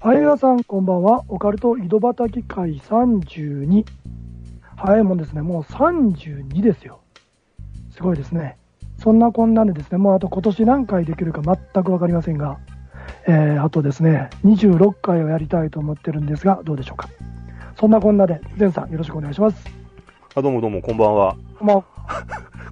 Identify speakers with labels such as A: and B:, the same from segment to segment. A: ハエガさん、こんばんは。オカルト井戸端議会32。早いもんですね。もう32ですよ。すごいですね。そんなこんなでですね、もうあと今年何回できるか全くわかりませんが、えー、あとですね、26回をやりたいと思ってるんですが、どうでしょうか。そんなこんなで、全さんよろしくお願いします。
B: あ、どうもどうも、こんばんは。
A: も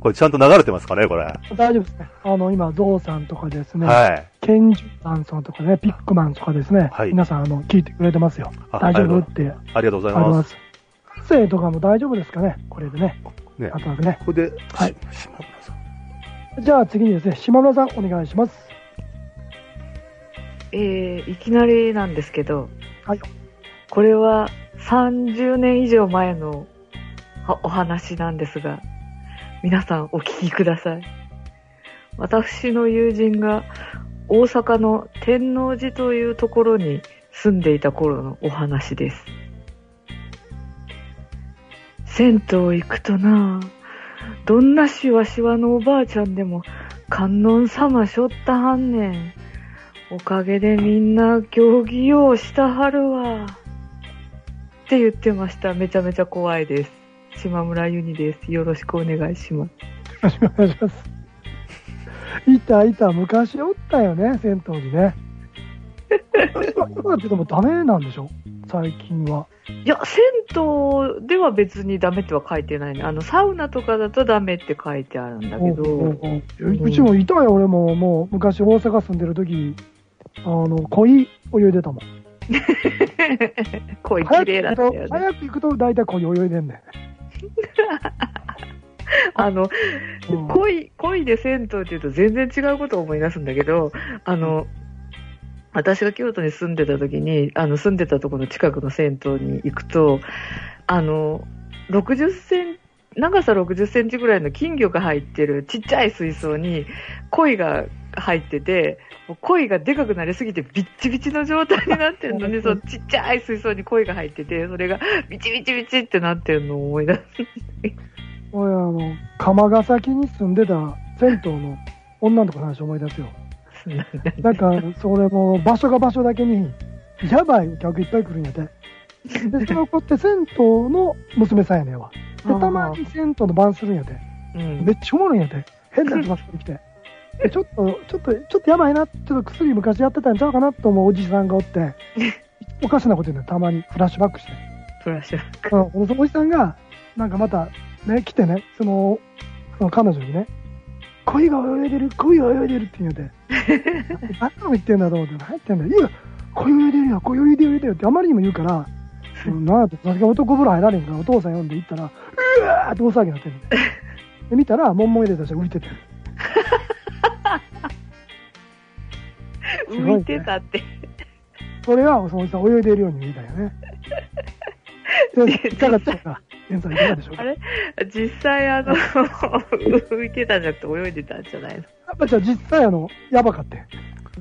B: これちゃんと流れてますかね、これ。
A: う大丈夫ですね。あの、今、ゾウさんとかですね、
B: はい。
A: ケンジュさんさんとかね、ピックマンとかですね、
B: はい
A: 皆さん、あの、聞いてくれてますよ。
B: あ
A: 大丈夫
B: あり
A: っ
B: がと
A: て。
B: ありがとうござい
A: あり
B: ま。
A: ますす。生とかも大丈夫ですかね、これでね。
B: ね
A: あとはね。
B: これで、
A: はい
B: し島村さん。
A: じゃあ次にですね、島村さんお願いします。
C: えーいきなりなんですけど、
A: はい
C: これは30年以上前のはお話なんですが、皆さんお聞きください。私の友人が大阪の天王寺というところに住んでいた頃のお話です。銭湯行くとなあどんなしわしわのおばあちゃんでも観音様しょったはんねん。おかげでみんな行儀用したはるわ。って言ってました。めちゃめちゃ怖いです。島村ゆにです。よろしくお願いしま
A: よ
C: す。
A: ろしくお願いします。いたいた、昔おったよね、銭湯にね。今今だってでもダメなんでしょ最近は。
C: いや、銭湯では別にダメっては書いてないね。あの、サウナとかだとダメって書いてあるんだけ
A: おう
C: ど、
A: おうおううちもいたよ、俺も。もう昔大阪住んでる時、あの、濃いお湯出たもん。
C: 声
A: 早く
C: 綺麗だ
A: 行く
C: った
A: と
C: よ、ね。
A: 早く行くと大体濃いお湯出んね
C: あの、
A: ん。うん
C: 恋、恋で銭湯っていうと全然違うことを思い出すんだけど、あの、私が京都に住んでた時に、あの、住んでたところの近くの銭湯に行くと、あの、60セン長さ60センチぐらいの金魚が入ってるちっちゃい水槽に鯉が入ってて、もう鯉がでかくなりすぎてビッチビチの状態になってるのに、そのちっちゃい水槽に鯉が入ってて、それがビチビチビチってなってるのを思い出す。
A: 俺あの釜ヶ崎に住んでた銭湯の女の子の話思い出すよなんかそれも場所が場所だけにやばいお客いっぱい来るんやてでその子って銭湯の娘さんやねんわでたまに銭湯の晩するんやて
C: うん
A: めっちゃおもろいんやて変な人ばっかり来てでちょっとちょっとちょっとやばいなちょっと薬昔やってたんちゃうかなと思うおじさんがおっておかしなこと言うねんたまにフラッシュバックして
C: プラス
A: うん、そのおじさんが、なんかまた、ね、来てね、その、その彼女にね、恋が泳いでる、恋が泳いでる って言うて、何を言ってんだと思って、何言ってんだよ、いや、恋泳いでるよ、恋泳いでるよ、泳いでるよってあまりにも言うから、うん、なんやと、さすが男風呂入られんから、お父さん呼んで行ったら、うわーって大騒ぎになってるんで。で、見たら、もんもん入れた人が浮いてて、ごいね
C: 浮いてたって。
A: それはそのおじさん泳いでるように見えたよ ね。で、いかがでしょうか、レンさんいかがでしょうか
C: あ。れ実 際あの、浮いてたんじゃなくて泳いでたんじゃないの
A: やっぱじゃあ実際、あの、やばかって。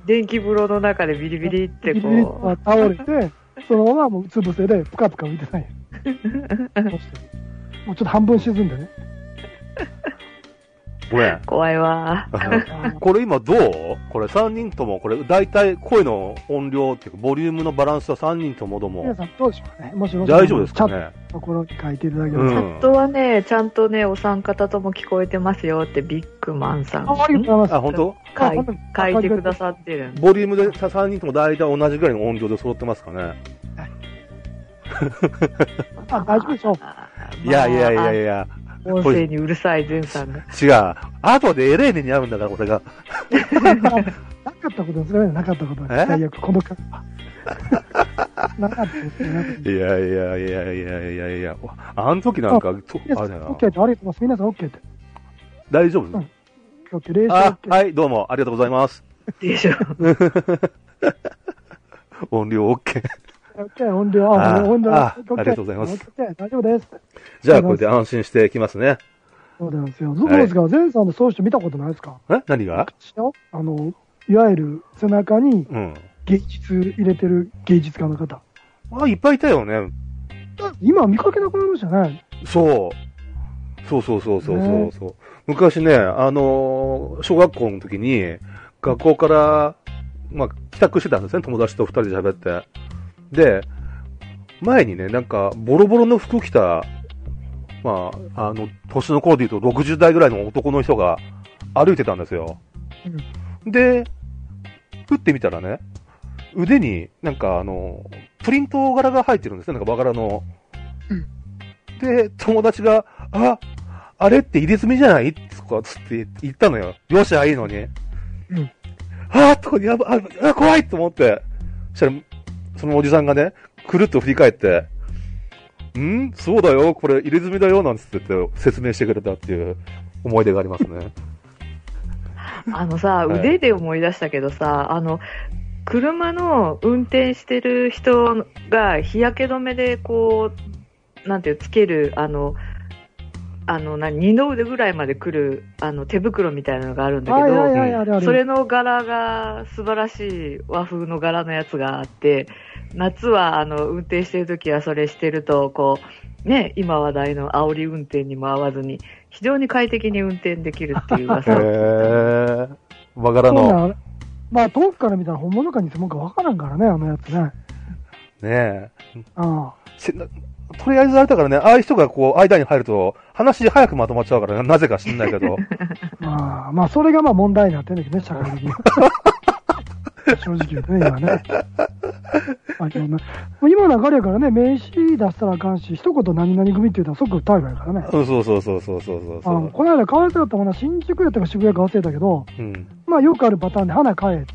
C: 電気風呂の中でビリビリって
A: ビリビリと
C: こ
A: 倒れ て、そのままもううつ伏せで、ぷかぷか浮いてない。もうちょっと半分沈んで ね。
B: ごめん
C: う、。怖いわ。
A: あの
B: これ今どうこれ3人とも、これ大体声の音量っていうか、ボリュームのバランスは3人ともど
A: 皆
B: も。
A: さん、どうでしょうかね。もしもし
B: 大丈夫ですか
A: チャッ
B: ね
A: トのところに書いていただけ
B: う
A: ますか。
B: ん
C: あ。とはね、ちゃんとね、お三方とも聞こえてますよってビッグマンさん。
A: あありがとうござい
B: あ、
A: ます。
B: 本当？
C: 書い
A: あ
C: 書いてくださってるんで
B: ボリュームでさ3人とも大体同じぐらいの音量で揃ってますかね。
A: あ、大丈夫でしょう。
C: あ
B: いやいやいやい
C: や。
B: や、
C: あ音声にうるさい、ゼンさんが。
B: 違う。後でエレーネに会うんだから、俺が。
A: なかったことですね。なかったこと
B: え
A: 最悪、この間。なかったですね。なかったで
B: い
A: す
B: やいやいやいやいやいや。あの時なんか、と
A: いや
B: あれだ
A: オッ
B: な
A: ケー。って、ありがとうございます。皆さん、オッケーって。
B: 大丈夫
A: うんオッケー、冷静オッ
B: あ、
A: ケー。
B: はい、どうも、ありがとうございます。
C: でしょ。
B: 音量 OK。
A: オッケー、音量、
B: あ
A: あ、音量、
B: あ
A: オッケー
B: ありがとうございます
A: オッケー大丈夫です。
B: じゃあ、これで安心していきますね。
A: そうなんですよ。どうですか、ゼンさんのそうして見たことないですか
B: え何が
A: あの、いわゆる背中に
B: うん。
A: 芸術入れてる芸術家の方。
B: あ、いっぱいいたよね。
A: 今見かけなくなりましたね。
B: そう。そうそうそうそうそう
A: ね
B: そう、昔ね、あのー小学校の時に、学校から、まあ、帰宅してたんですね、友達と二人で喋って。で、前にね、なんか、ボロボロの服着た、まあ、あの、年の頃で言うと60代ぐらいの男の人が歩いてたんですよ。で、打ってみたらね、腕になんかあの、プリント柄が入ってるんですね、なんか和柄の。
A: うん
B: で、友達が、あ、あれって入れ墨じゃないとかつって言ったのよ。両者いいのに。
A: うん
B: あーとかやば、あ、あ怖いと思って。そしたら、そのおじさんがね、くるっと振り返って、んそうだよ、これ入れ墨だよ、なんつって言って説明してくれたっていう思い出があります ね。
C: あのさ、
B: はい
C: 腕で思い出したけどさ、あの、車の運転してる人が日焼け止めでこう、なんていう、つける、あの、あの、何、二の腕ぐらいまで来る、あの、手袋みたいなのがあるんだけど、
A: はいはいはい、あれあれ。
C: それの柄が素晴らしい和風の柄のやつがあって夏はあの運転してる時はそれしてるとこう、ね、今話題の煽り運転にも合わずに非常に快適に運転できるっていう
B: へ
C: 噂
B: ー。和柄
A: そう
B: の。
A: なんまあ、遠くから見たら本物か偽物か分からんからね、あのやつね。
B: ねえ。
A: あ
B: せなとりあえずあれだからね、ああいう人がこう、間に入ると、話早くまとまっちゃうからね、なぜか知んないけど。
A: あ、まあ、まあ、それがまあ問題になってんだけどね、社会 的に。正直言うとね、今ね。まあ、いろんなもう今の流れやからね、名刺出したらあかんし、一言何々組って言ったら即対外やからね。
B: そうそうそうそうそうそうそ
A: あの
B: う。
A: この間、可愛かったものは新宿やったか渋谷か忘れたけど、
B: うん。
A: まあ、よくあるパターンで花買えって、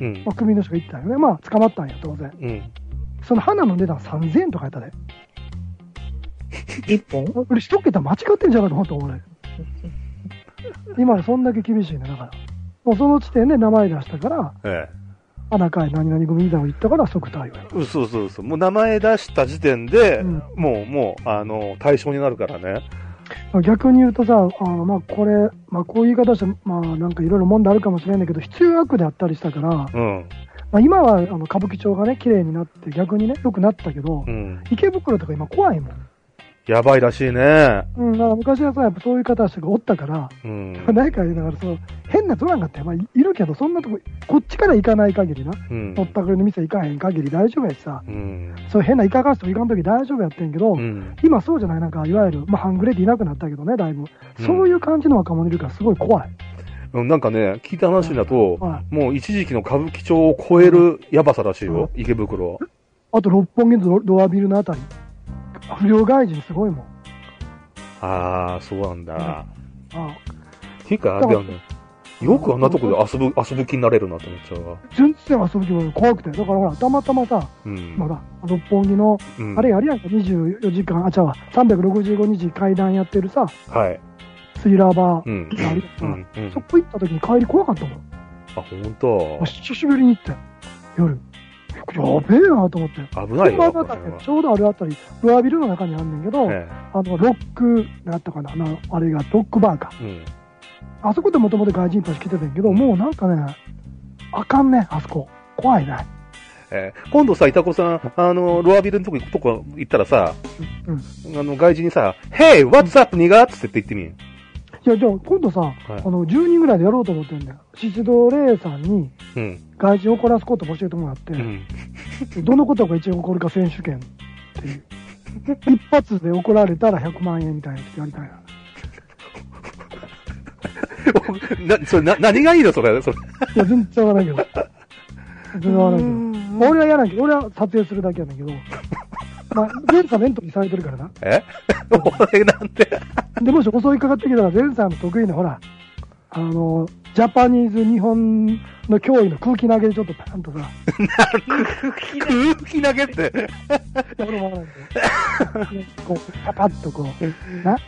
B: うん
A: ま。あ、組の人が言ってたよね。まあ、捕まったんや、当然。
B: うん。
A: その花の値段3000円とかやったで。
C: 一本
A: 俺一桁間違ってんじゃないかと思う ね。今そんだけ厳しいね、だから。もうその時点で名前出したから、
B: ええ。
A: 穴かい何々組みたいなの言ったから即対応や
B: うんそうそうそう。もう名前出した時点で、
A: うん
B: もう、もう、あの、対象になるからね。
A: ろ。逆に言うとさ、あのまあこれ、まあこういう言い方して、まあなんかいろいろ問題あるかもしれないんだけど、必要悪であったりしたから、ま
B: うん。
A: あ今はあの歌舞伎町がね、綺麗になって逆にね、良くなったけど
B: う、ん。
A: 池袋とか今怖いもん。
B: やばいらしいね。
A: うん、だから昔はさ、やっぱそういう方人がおったから、
B: うん。
A: 何か言いながら、その変なドランがって、まあいいるけど、そんなとこ、こっちから行かない限りな。
B: うん
A: ぼったくりの店行かへん限り大丈夫やしさ、
B: うん。
A: そういう変ないかがわしとか行かんとき大丈夫やってんけど、
B: うん。
A: 今そうじゃない、なんかいわゆる、まあ、半グレでいなくなったけどね、だいぶ、そういう感じの若者いるから、すごい怖い、
B: うんなんかね、聞いた話だと、
A: はい、
B: もう一時期の歌舞伎町を超えるやばさらしいよ、池袋。
A: あと六本木のドアビルのあたり、不良外人すごいもん、
B: ああ、そうなんだ。
A: あ
B: ていうか、あれだよね。よくあんなとこで遊ぶ、遊ぶ気になれるなって思っちゃうわ。
A: 純喫茶遊ぶ気も怖くて、だからほら、たまたまさ、
B: うん。
A: まだ六本木の、
B: うん
A: あれやあれやんか、24時間、あ、ちゃうわ、365日階段やってるさ、
B: はい。
A: スイラーバ
B: う
A: ー、
B: ん。
A: あれやん
B: う
A: か、
B: ん。うん
A: そこ行った時に帰り怖かったもん。
B: あ、ほんと
A: あ。久しぶりに行って、夜、やべえなと思って。
B: 危ないよ。
A: 本番だったけどちょうどあるあたり、ロアビルの中にあるんだけど、
B: え
A: あの、ロック、なんったかな、なあれが、ロックバーか。
B: えうん。
A: あそこでもともと外人いっぱい来てたんやけど、もうなんかね、あかんね、あそこ。怖いね。
B: ええ今度さ、いたこさん、あの、ロアビルのとこ行くとこ行ったらさ、
A: うん。い
B: あの、外人にさ、Hey, what's up, nigga? っつって言ってみん。
A: や、じゃあ今度さ、あの、10人ぐらいでやろうと思ってんだよ。シドレーさんに
B: うん。
A: 外人を怒らすことも教えてもらって、
B: うん。
A: どのことが一応起こるか選手権っていう。一発で怒られたら100万円みたいなやつやりたいな。
B: な、それ、な、何がいいのそれ、それ。
A: いや、全然わからないけど。全然わからないけど。俺はやらんけど、俺は撮影するだけやねんけど。まあ、前さんエントリーされてるからな。
B: え俺なんて。
A: で、もし襲いかかってきたら、前さんの得意な、ほら、あの、ジャパニーズ日本の脅威の空気投げでちょっとパンとさ、
B: 空気投げって。
A: 俺もわからんけど。 こう、パパッとこう、な、
B: いや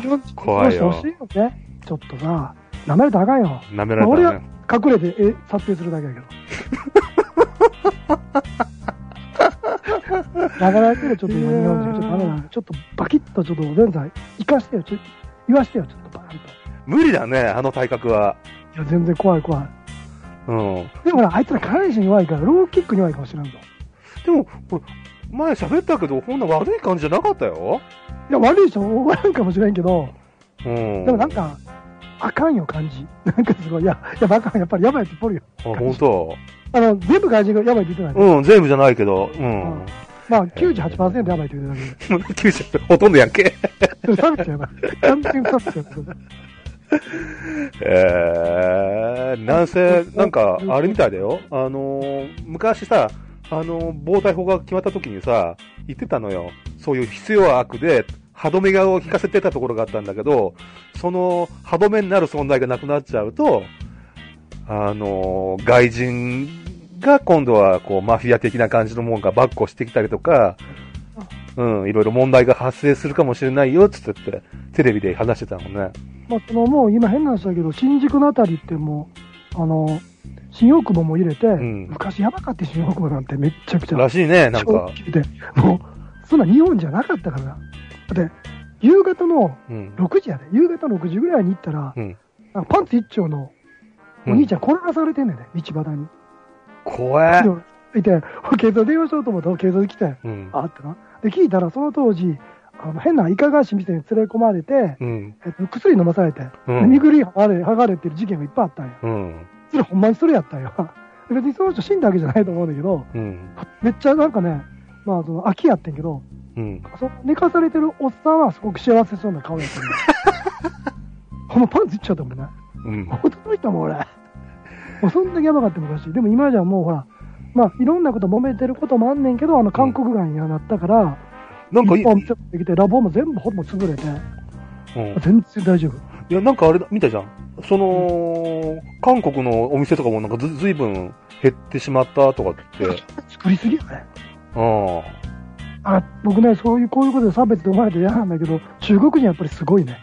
A: ち
B: ー、
A: ょっと
B: 怖いよ
A: してほしいよね。ちょっとさ、舐めるとあかんよ。
B: 舐め
A: まあ
B: られ
A: 俺
B: た
A: は
B: ね。
A: 隠れてえ撮影するだけ だけど。ながらけどちょっと今日本人ちょっとダメだな。ちょっとバキッとちょっと前菜生かしてよ。ちょっと言わしてよ。ちょっとバーンと。
B: 無理だね、あの体格は。
A: いや、全然怖い怖い。
B: うん。
A: でもほら、あいつら下半身弱いから、ローキックに弱いかもしれんぞ。
B: でも、これ前喋ったけど、こんな悪い感じじゃなかったよ。
A: いや、悪い人おらんかもしれんけど、
B: うん。
A: でもなん、か、あかんよ、漢字。なんかすごい、いや、いや、バカ、やっぱりやばいって言っぽるよ。
B: あ、本当。
A: あの、全部外人がやばいって言ってない。
B: うん、全部じゃないけど、 うん。
A: まあ、98%やばいって言ってた
B: 九州ほとんどやんけ。
A: けど、それ冷めちゃうばい。完全に冷めちゃう。
B: えー、なんせ、なんか、あれみたいだよ。あのー昔さ、あのー防体法が決まった時にさ、言ってたのよ。そういう必要悪で、歯止めがを引かせてたところがあったんだけど、その歯止めになる存在がなくなっちゃうと、あのー外人が今度はこうマフィア的な感じのもんがバッコしてきたりとか、うん、いろいろ問題が発生するかもしれないよっつって、テレビで話してたもんね。
A: まあ、そのもう今変な話だけど、新宿のあたりってもう、あの、新大久保も入れて、
B: ん
A: 昔やばかったよ新大久保なんてめっちゃくちゃ。
B: らしいね、なんか。
A: で、もう、そんな日本じゃなかったからな。だって、夕方の
B: うん。
A: 6時やで、夕方の6時ぐらいに行ったら、
B: うん。
A: なんかパンツ一丁のお兄ちゃん転がされてんねんね、道端に。
B: 怖え。
A: でいて、警察電話しようと思ったら、警察来て、
B: うん。
A: あってな。で、聞いたら、その当時、あの変ないかがわしみたいに連れ込まれて、
B: うん。
A: えっと、薬飲まされて、
B: う
A: 身
B: ん。
A: ぐり剥がれ剥がれてる事件がいっぱいあったんや。
B: うん。
A: それほんまにそれやったんや。 別にその人死んだわけじゃないと思うんだけど、
B: うん。
A: めっちゃなんかね、まあ、その空きやってんけど、
B: うん。
A: その寝かされてるおっさんはすごく幸せそうな顔やったんだほんまパンツいっちゃったもんね。
B: うん。
A: 驚いたもん、俺。もうそんだけやばかった昔。でも今じゃもうほら、まあ、いろんなこと揉めてることもあんねんけど、あの、韓国街にはなったから、
B: なんかい
A: 一本ちょっとできて、ラボも全部ほぼ潰れて、
B: うん、
A: 全然大丈夫。
B: いや、なんかあれだ、見たじゃん。その、韓国のお店とかもなんかず、ずいぶん減ってしまったとかって。
A: 作りすぎやね。
B: うん。
A: あ僕ね、そういう、こういうことで差別で生まれて嫌なんだけど、中国人やっぱりすごいね。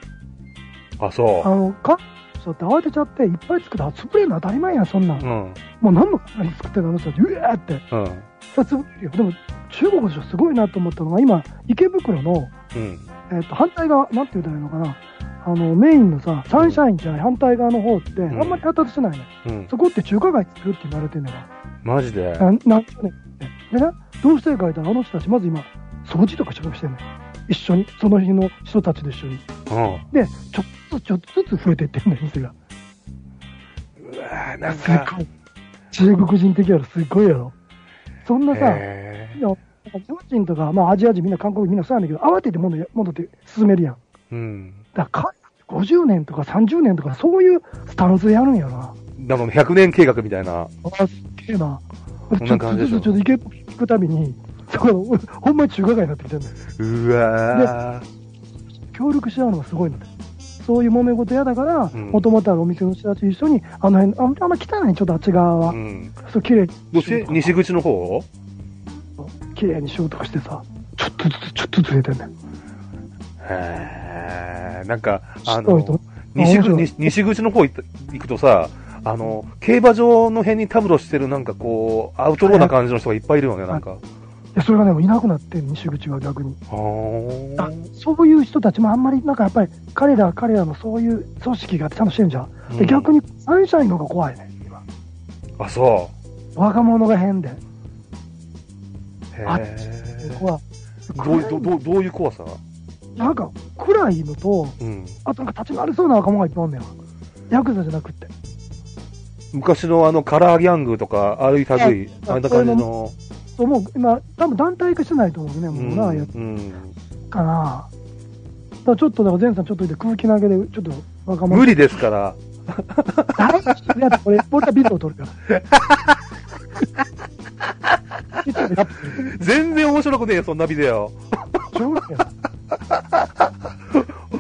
B: あ、そ
A: あの、か、そうって慌てちゃって、いっぱい作って、あ潰れるの当たり前やん、そんなん。
B: う。うん。
A: もう何の代わりに作ってんのあの人たち、うわーって。
B: うん。
A: さ潰れるよ。でも、中国の人すごいなと思ったのが、今、池袋の、
B: うん。
A: えっと反対側、なんて言うたらいいのかな、あのメインのさ、サンシャインじゃない、反対側の方って、
B: ん
A: あんまり発達してないね、
B: うん。
A: そこって中華街作るって言われてんねんな、
B: マジで。
A: なんなんてねでね、どうしてか言ったら、あの人たち、まず今、掃除とかしようとしてんねん、一緒に、その日の人たちと一緒に、
B: うん。
A: で、ちょっとずつちょっとずつ増えていってんねん、店が、
B: うわなん
A: すっごい、中国人的やろ、すっごいやろ、そんなさ、
B: へ
A: いや日本人とか、まあ、アジア人、みんな韓国人、みんなそうやねんけど、慌てて戻戻って進めるやん。
B: ーうん。
A: だから彼50年とか30年とかそういうスタンスでやるんやな。
B: なんか100年計画みたいな。
A: あすっげえな。
B: んな感じでしょ
A: ちょっとずつちょっと行け聞くたびに、そこのほんまに中華街になってきてるんだよ。
B: うわー
A: 協力し合うのがすごいのだよ。そういう揉め事嫌だから、
B: ん
A: もともとあるお店の人たちと一緒に、あの辺、ああんま汚いねちょっとあっち側は。
B: うん。
A: そう、綺麗に
B: どっち西口の方
A: 綺麗にしようとしてさ、ちょっとずつ、ちょっとずつ増えてんだよ。
B: へーなんか、あ
A: すごいと
B: の、西
A: 面
B: 口
A: 白い
B: 西西口の方行った行くとさ、あの、競馬場の辺にタブロしてるなんかこう、アウトローな感じの人がいっぱいいるよね、なんか。
A: いやそれがね、もういなくなってん西口は逆に。
B: あー
A: そういう人たちもあんまり、なんかやっぱり、彼ら、彼らのそういう組織がちゃんとしてるじゃん。
B: う
A: で
B: ん
A: 逆にサンシャインの方が怖いね、今。
B: あ、そう。
A: 若者が変で。
B: へ
A: あ
B: ー
A: 怖い
B: どういどどどういう怖さ
A: なんか暗いのと、
B: うん。
A: あとなんか立ち回りそうな若者がいっぱいおんねや。ヤクザじゃなくって。
B: 昔のあの、カラーギャングとか、ああいう類、あんな感じの。
A: そうもう今、多分団体化してないと思うね、
B: う。
A: もうんな、
B: う
A: やつ
B: ん
A: かな。だからちょっと、だから前さんちょっと言って空気投げで、ちょっと若者。
B: 無理ですから。
A: 大丈夫やつ、俺、俺はビルを 取るから。ビルをやっぱ
B: 全然面白くねえよ、そんなビデオ。
A: 上手や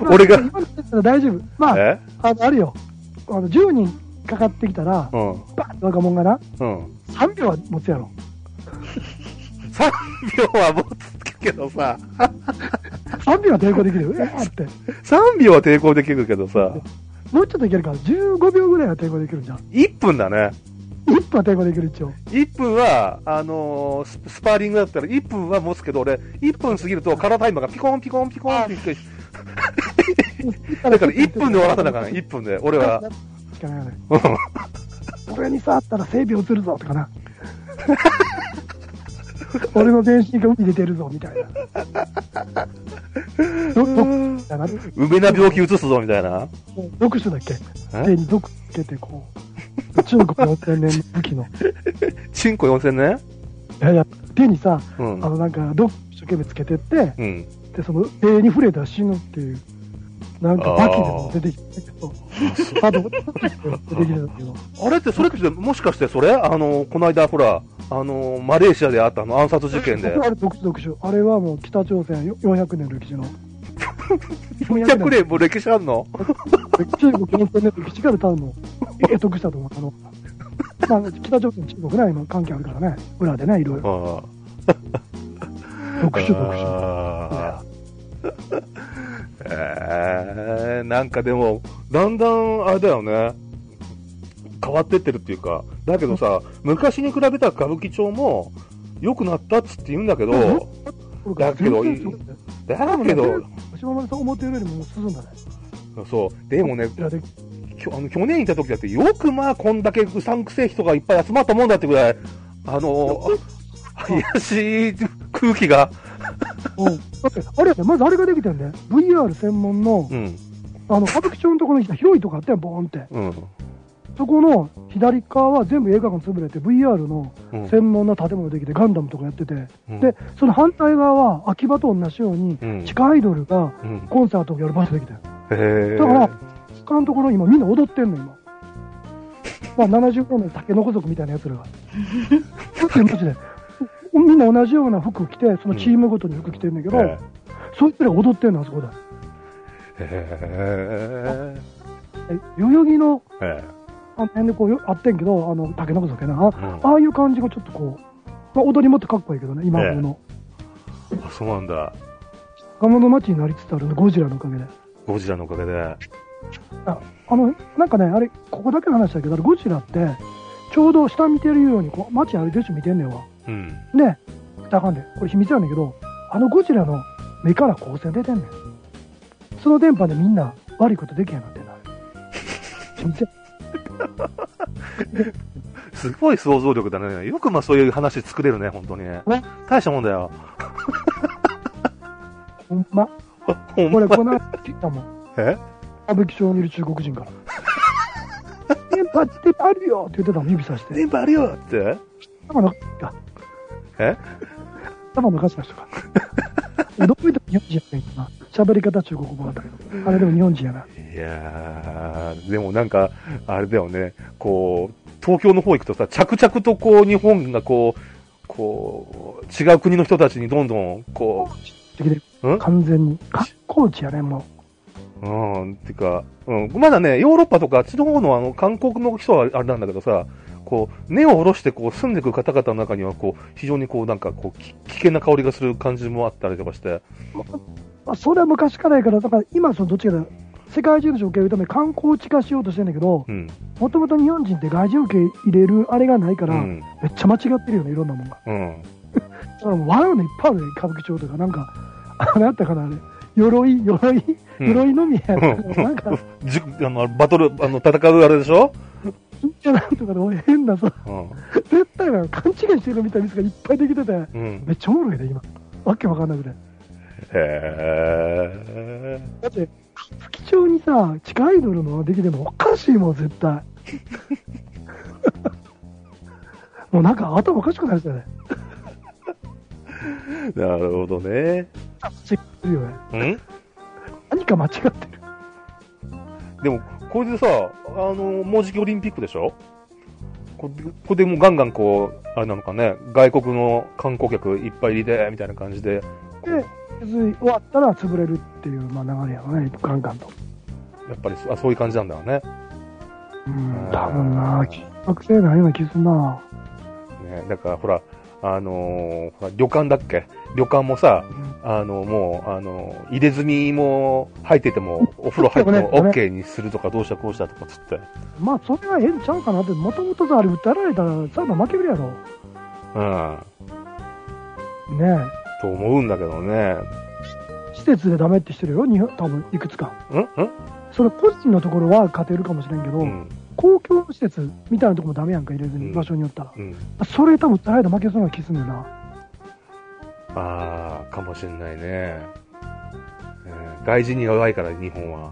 B: 俺が
A: 今のやつは大丈夫。まあ、
B: え
A: あの、あるよ。あの、10人かかってきたら、
B: うん。
A: バーンって若者がな、
B: うん。
A: 3秒は持つやろ。
B: 3秒は持つけどさ、
A: 3秒は抵抗でき るよ。えーって。
B: 3秒は抵抗できるけどさ、
A: もうちょっといけるから、15秒ぐらいは抵抗できるじゃん。
B: 1分だね。
A: 1分は抵抗できる一応。
B: 1分は、あのーススパーリングだったら1分は持つけど、俺、1分過ぎるとカラータイマーがピコンピコンピコンって言って、だから1分で終わらせなあかんね、1分で。俺は。
A: しかないよね。
B: うん
A: 俺に触ったら整備映るぞとかな。俺の全身が海に出てるぞみたいな。どどたいな。
B: 梅な病気移すぞ、みたいな。
A: 毒種だっけ
B: え
A: 手に毒つけて、こう、中国の天然の武器の。
B: チンコ4000ね。
A: いやいや、手にさ、
B: う
A: あ
B: ん。
A: の、なんか、毒一生懸命つけてって、
B: うん。
A: で、その、手に触れたら死ぬっていう、なんか、バキでも出てきたけど、あと、出てきたんだけど、
B: あれって、それって、もしかして、それあの、この間、ほら、あの、マレーシアであったあの暗殺事 件で。
A: あれ毒種毒種。あれはもう北朝鮮よ400年の歴史 の。
B: 400年も歴史あ んの
A: 中国4 0年の歴史から多分、得得したと思う。あの、まあ、北朝鮮、中国ね、今関係あるからね、裏でね、いろいろ。
B: あ
A: 特殊、特殊。
B: あ。 えー、なんかでも、だんだん、あれだよね。変わってってるっていうか。だけどさ、昔に比べたら歌舞伎町も、良くなったっつって言うんだけど、だけど
A: 全然違うね
B: だけど、
A: 島村さん思ってるよりももう進んだね。
B: そう。でもね、
A: いやで
B: きょあの去年行った時だって、よくまあ、こんだけうさんくせえ人がいっぱい集まったもんだってぐらい、あの、怪しい空気が。
A: うんだってあれやね、まずあれができてんね。VR 専門の、
B: うん、
A: あの、歌舞伎町のところに来た広いとこあったやん、ボーンって。
B: うん、
A: そこの左側は全部映画館潰れて、VR の
B: うん。
A: 専門の建物できて、ガンダムとかやってて。
B: うん
A: で、その反対側は、秋葉と同じように、
B: うん
A: 地下アイドルが
B: うん、
A: コンサートをやる場所できたよ。
B: へえ。
A: だから、他のところ今みんな踊ってんの、今。まあ、70方面竹の子族みたいなやつら が。だってマジで。みんな同じような服着て、そのチームごとに服着てんだけど、
B: へ
A: そいつらが踊ってんの、あそこで。
B: え。
A: え代々木の
B: へえ。
A: あの辺でこうよあってんけど、あの、竹の子族やな。あ
B: うん
A: ああいう感じがちょっとこう、まあ、踊りもってかっこいいけどね、今風の。
B: あそうなんだ。
A: 若者の街になりつつあるねゴジラのおかげで。
B: ゴジラのおかげで。
A: あの、なんかね、あれ、ここだけの話だけど、あれゴジラって、ちょうど下見てるように、こう、街歩いてる人見てんねんわ。
B: うん。
A: ね、北かんで、これ秘密なんだけど、あのゴジラの目から光線出てんねん。その電波でみんな悪いことできへんなってんな。秘密や
B: すごい想像力だね。よくまあそういう話作れるね、本当に。ね
A: ね、
B: 大したもんだよ。
A: ほんま。
B: ほん
A: 俺、
B: ま
A: この間聞いたもん。
B: え
A: 歌舞伎町にいる中国人から。電波、電波あるよって言ってたもん、指さして。
B: 電波あるよって
A: 頭の、あ
B: え
A: 頭のガス出 したから。どこいても日本人やねんけどな。喋り方中国語だったけど。あれでも日本人やな。
B: いやー、でもなんか、あれだよね、こう、東京の方行くとさ、着々とこう、日本がこう、こう、違う国の人たちにどんどん、こ
A: 的で
B: ん
A: 完全に。観光地やね、も
B: う、うん、ってか、うん、まだね、ヨーロッパとかあっちの方のあの、韓国の人はあれなんだけどさ、こう、根を下ろしてこう、住んでいく方々の中には、こう、非常にこう、なんかこう、き危険な香りがする感じもあったりとかして、
A: う。まあ、それは昔からやから、だから今、そのどっちかだ世界中の人を受け入れるために観光地化しようとしてんだけど、
B: うん、
A: もともと日本人って外人受け入れるあれがないか
B: う
A: ら、
B: ん、
A: めっちゃ間違ってるよね、いろんなもんが。
B: うん、
A: だからもう笑うのいっぱいあるね、歌舞伎町とか、なんか、あれあったかな、あれ。鎧、鎧、
B: うん。
A: 鎧のみやな、
B: うん
A: なんか、
B: じゅあの、バトル、あの、戦うあれでしょ
A: いやなんとかで、変なさ、
B: うん、
A: 絶対な勘違いしてるみたいなミスがいっぱいできてて、
B: うん。
A: めっちゃおもろいね、今。わけわかんなくて。
B: へえ。
A: だって、歌舞伎町にさ、地下アイドルのできてもおかしいもん、絶対。 もうなんか頭おかしくなるじゃない。
B: なるほどね。
A: チェックするよね。
B: ん
A: 何か間違ってる。
B: でも、これでさ、あの、もうじきオリンピックでしょこここでもうガンガンこう、あれなのかね、外国の観光客いっぱい入れて、みたいな感じで、
A: で、別に終わったら潰れるっていう、まあ、流れやろね、ガンガンと。
B: やっぱりそあそういう感じなんだよね。
A: うん、多分な、学生ないような気すんな。
B: ねだからほら、あのーほら旅館だっけ旅館もさ、あの、もう、あの、入れ墨も入ってても、お風呂入っても
A: そうね
B: OK にするとか、どうしたこうしたとかつって。
A: まあ、それは変ちゃうかなって、もともとさ、あれ、訴えられたら、サウナ負けるやろ。ね
B: うん。
A: え。
B: と思うんだけどね。
A: 施設でダメってしてるよ、日本多分いくつか。
B: んん
A: それ、個人のところは勝てるかもしれんけど、
B: うん。
A: 公共施設みたいなとこもダメやんか、入れず
B: う
A: に、
B: ん
A: 場所によったら。
B: うん。
A: それ多分、訴えられたら負けそうな気すんねんな。
B: ああ、かもしんないね。え外人に弱いから、日本は。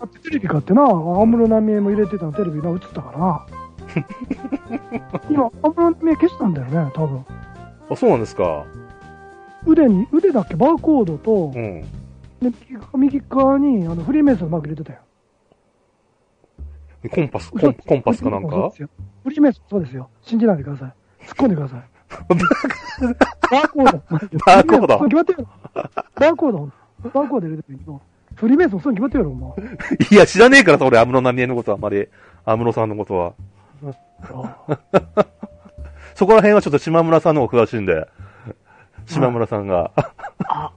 A: だってテレビ買ってな、安室奈美恵も入れてたのテレビな、映ったからな。今、安室奈美恵消したんだよね、多分。
B: あ、そうなんですか。
A: 腕に、腕だっけ、バーコードと
B: う、ん。
A: で右側にあのフリーメイソンのマーク入れてたよ。
B: コンパス、コンコンパスかなん
A: そう
B: か
A: ですよフリーメイソン、そうですよ。信じないでください。突っ込んでくだ さい。バーコード。
B: バーコー
A: そ
B: ド
A: う決まってるよ。バーコード。バーコード入れてるけど、フリーメイソン、そう決まってるよ、お前。
B: いや、知らねえからさ、俺、安室奈美恵のことはあんまり、安室さんのことは。 そこら辺はちょっと島村さんの方が詳しいんで、島村さんが。
C: あ、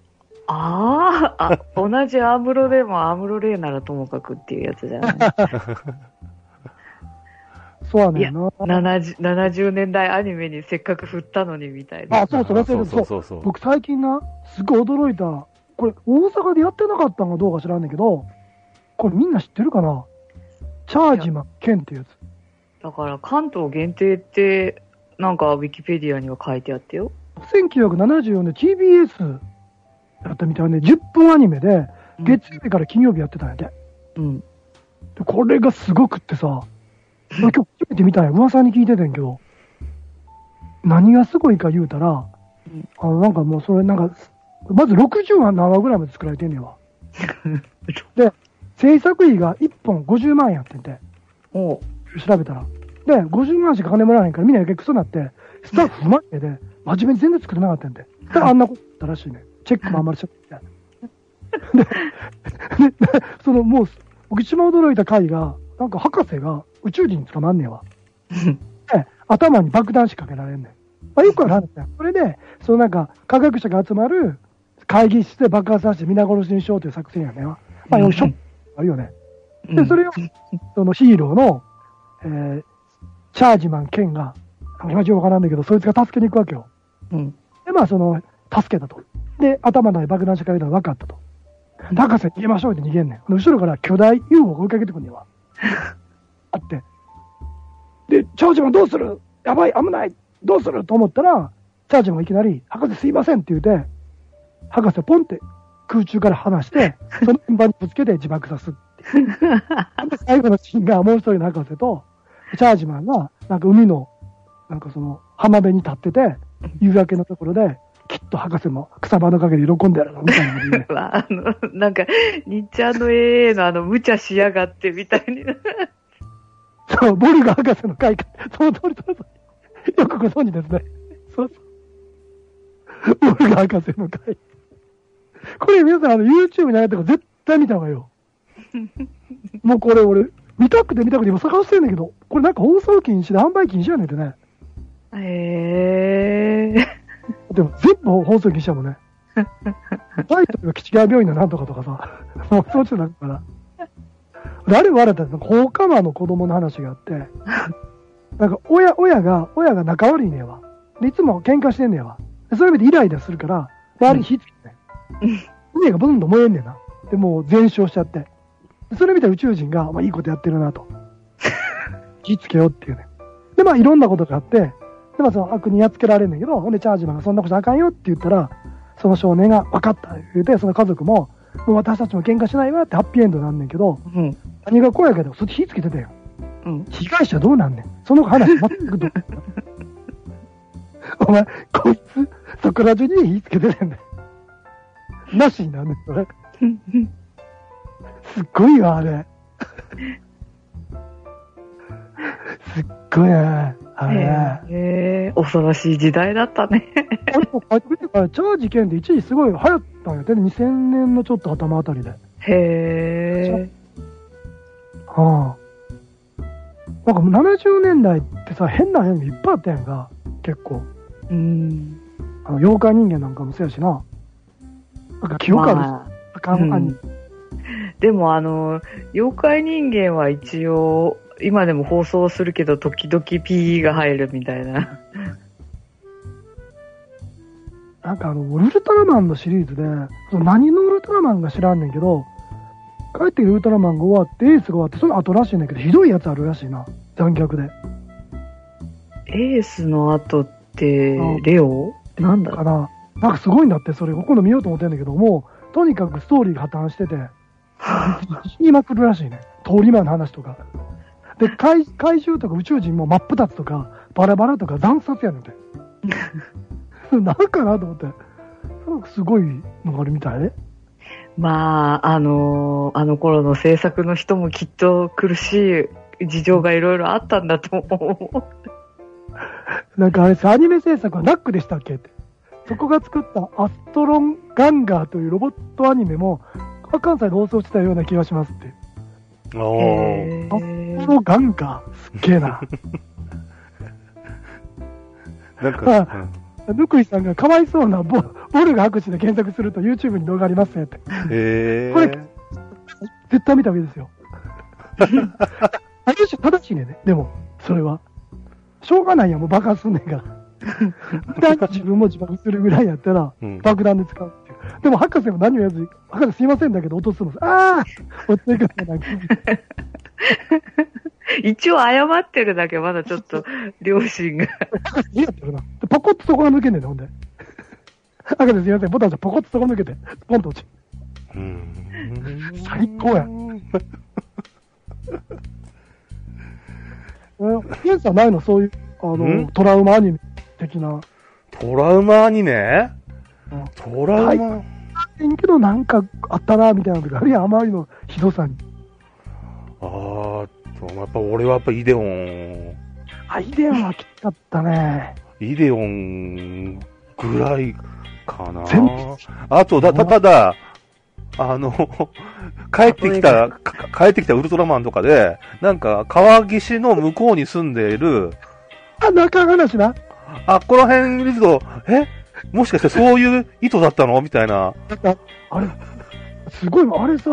C: あーあ、同じアムロでもアムロレイならともかくっていうやつじゃない。
A: そうや
C: い
A: ね
C: や
A: んな。
C: 70, 70年代アニメにせっかく振ったのにみたいな。
A: あ、そう そう、忘れて
B: そう
A: る。
B: そ
A: そうう
B: そう
A: 僕最近な、すごい驚いた。これ、大阪でやってなかったのかどうか知らんねんけど、これみんな知ってるかなチャージマン、ケンっていうやつ。
C: だから関東限定って、なんかウィキペディアには書いてあったよ。
A: 1974年 TBS だったみたいね、10分アニメで、月曜日から金曜日やってたんやで。
C: うん。
A: でこれがすごくってさ、俺今日初めて見たんや。噂に聞いててんけど、何がすごいか言うたら
C: うん、
A: あの、なんかもうそれ、なんか、まず60話ぐらいまで作られてんね んわ。で、制作費が1本50万円やってんて、
C: おう
A: 調べたら。で、50万円しか金もらえへんから、みんなやけくそなって、スタッフ不満げで、真面目に全然作れなかったんで。だからあんなことだったらしいね。チェックもあんまりしちゃって。で、でそのもう、僕一番驚いた回が、なんか博士が宇宙人に捕まんねえわ。で、頭に爆弾仕掛けられんねん。まあ、よくある話だよ。それで、そのなんか、科学者が集まる会議室で爆発させて皆殺しにしようという作戦やねんわ。まあ、よしょ、あるよね。で、それを、そのヒーローの、えーチャージマン、ケンが、あの、今情報わからんだけど、そいつが助けに行くわけよ。
C: うん。、
A: で、まあ、その、助けたと。で、頭のない爆弾仕掛けたの分かったと。博士逃げましょうって逃げんねん。後ろから巨大 UFO が追いかけてくんねんわ。あって。で、チャージマンどうするやばい、危ない、どうすると思ったら、チャージマンがいきなり、博士すいませんって言うて、博士ポンって空中から離して、その現場にぶつけて自爆さすっていうで最後のシーンがもう一人の博士と、チャージマンが、なんか海の、なんかその、浜辺に立ってて、夕焼けのところで、きっと博士も草葉の陰で喜んでやるのみたいなので
C: わあの、なんか、日ちゃんの AA のあの、無茶しやがってみたいに。
A: そう、ボルガ博士の会か、その通り、その通り。よくご存知ですね。そうそう。ボルガ博士の会。これ皆さん、あの、YouTube に上がったから絶対見た方がいいよ。もうこれ俺、見たくて見たくて今探してんだけど、これなんか放送禁止で販売禁止やねんてね。
C: へえ
A: でも全部放送禁止やもんね。タイトルが吉川病院のなんとかとかさ、もうそうじゃなくから。であれはあれだよ、放火魔の子供の話があって、なんか親、親が、親が仲悪いねやわ。で、いつも喧嘩してんねやわ。でそれ見てイライラするから、周りに火つけてね。家がどんどん燃えんねんな。で、もう全焼しちゃって。でそれ見た宇宙人が、まあいいことやってるなと。火つけようっていうね。で、まあいろんなことがあって、で、まあ、その悪にやっつけられるんだけど、ほんで、チャージマンがそんなことあかんよって言ったら、その少年が分かった言うて、その家族も、もう私たちも喧嘩しないわってハッピーエンドなんねんけど、
C: うん。
A: 何が怖いかで、そっち火つけてたよ。
C: うん。
A: 被害者どうなんねん。その話全くどう お前、こいつ、そこら中に火つけてたんだよ。なしになんねん、それ。 すっごいわ、あれ。すっごいね、あれ。
C: へえ恐ろしい時代だったね。
A: あれも書いてくれてるから、チャージ券で一時すごい流行ったんやて、2000年のちょっと頭あたりで。
C: へえ
A: はあ、なんか70年代ってさ、変なアニメいっぱいあったやんか、結構。
C: うん。
A: あの妖怪人間なんかもそうやしな。なんか記憶あるし、
C: まあ
A: あかんアニメ。
C: でもあの、妖怪人間は一応、今でも放送するけど、時々 PE が入るみたいな。
A: なんかあの、ウルトラマンのシリーズで、その何のウルトラマンか知らんねんけど、帰ってくるウルトラマンが終わって、エースが終わって、その後らしいねんだけど、ひどいやつあるらしいな。残虐で。
C: エースの後って
A: あ、
C: レオなんだ
A: かな。なんかすごいんだって、それ。今度見ようと思ってんだけど、もう、とにかくストーリーが破綻してて、言いまくるらしいね。通り魔の話とか。で、怪怪獣とか宇宙人も真っ二つとか、バラバラとか惨殺やねんて。 なんかなと思って。なんかすごいのがあるみたいね。
C: まあ、あのーあの頃の制作の人もきっと苦しい事情がいろいろあったんだと思
A: なんかあれですアニメ制作はナックでしたっけって。そこが作ったアストロンガンガーというロボットアニメも、関西で放送してたような気がしますって。
B: あ
C: う。
B: ー
C: へ
A: アス
C: ー
A: トロンガンガー、すっげえな。
B: なんか、うん
A: ぬくいさんがかわいそうなボボルが拍手で検索すると YouTube に動画ありますねって。
B: へ
A: これ
B: え。
A: 絶対見た方がいいですよ。ある種正しいねんね、でも、それは。しょうがないやん、もう爆発すんねんから。普段に自分も自爆するぐらいやったら、
B: うん
A: 爆弾で使うっていう。でも、博士も何をやらずに、博士すいませんだけど、落とすの。ああ落ちてくるなんか
C: 一応謝ってるだけ、まだちょっと、両親が。
A: 博士、やってるな。でポコッとそこが抜けんねんね、ほんで。博士すいません、ボタンじゃポコッとそこ抜けて、ポンと落ち。
B: うん
A: 最高や うんユースさんないのそういう、あの
B: ん、
A: トラウマアニメ的な。
B: トラウマアニメ
A: うん
B: トラウマ、
A: いいけど、なんかあったな、みたいなのがあるやん、あまりのひどさに。
B: あーっと、やっぱ俺はやっぱイデオン、
A: アイデアはきつかったね。
B: イデオンぐらいかな
A: 全部。
B: あとだ、たただ、あの、 帰ってきた、か帰ってきたウルトラマンとかで、なんか川岸の向こうに住んでいる、
A: あ、中話な。
B: あ、この辺見ると、えもしかしてそういう意図だったのみたいな。
A: だってああれ、すごいわ、あれさ、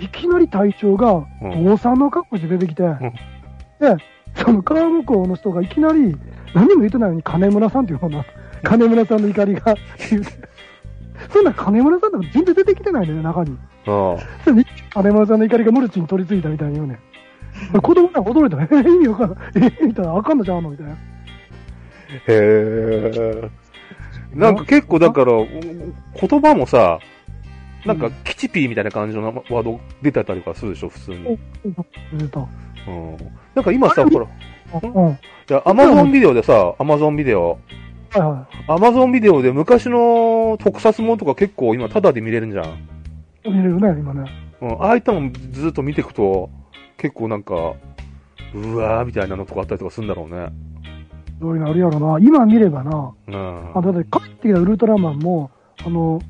A: いきなり隊長が、
B: うん
A: 坊さんの格好して出てきて、で、その川向こうの人がいきなり、何も言ってないのに、金村さんっていうような、金村さんの怒りが、 そんな金村さんなんか全然出てきてないのよ、中に。
B: うん
A: それで金丸さんの怒りがムルチに取り付いたみたいに言うねん。子供ら驚いたね。 え意味わからん。えみたいな。あかんのちゃうのみたいな。
B: へえ。なんか結構だから、言葉もさ、なんか、キチピーみたいな感じのワード出てたりとかするでしょ、普通に。うん。
A: ずっと。
B: なんか今さ、
A: あれ
B: ほら、い
A: うん。はい
B: や、アマゾンビデオでさ、アマゾンビデオ、
A: は
B: アマゾンビデオで昔の特撮ものとか結構今タダで見れるんじゃん。
A: い。見れるね、今ね。
B: うん。ああいったのずっと見ていくと、結構なんか、うわーみたいなのとかあったりとかするんだろうね。
A: どういうのあるやろな。今見ればな。
B: うん。
A: あ、だって帰ってきたウルトラマンも、あの、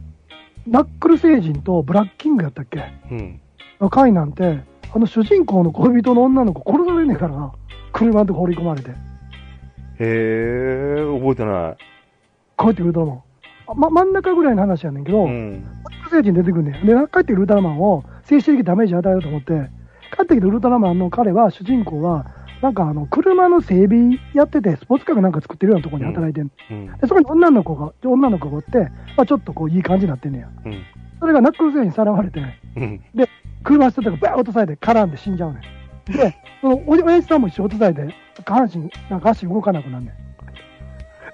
A: ナックル星人とブラッキングやったっけ
B: うん。
A: の回なんて、あの主人公の恋人の女の子殺されんねえからな。車のとこ放り込まれて。
B: へえ、覚えてない。
A: 帰ってくると思う。あま、真ん中ぐらいの話やねんけど、
B: うん。
A: 星人出てくるねんで、帰ってくるウルトラマンを精神的ダメージ与えようと思って、帰ってきたウルトラマンの彼は、主人公は、なんかあの車の整備やってて、スポーツカーかなんか作ってるようなところに働いてん、
B: うん。
A: でそこに女の子が、女の子がおって、まあ、ちょっとこういい感じになってんねや。
B: うん。
A: それがナックル星人にさらわれて、
B: うん。
A: 車走ってたらバーン落とされて、絡んで死んじゃうねん。で、そのお親父さんも一緒に落とされて、下半身、なんか足動かなくなんねん。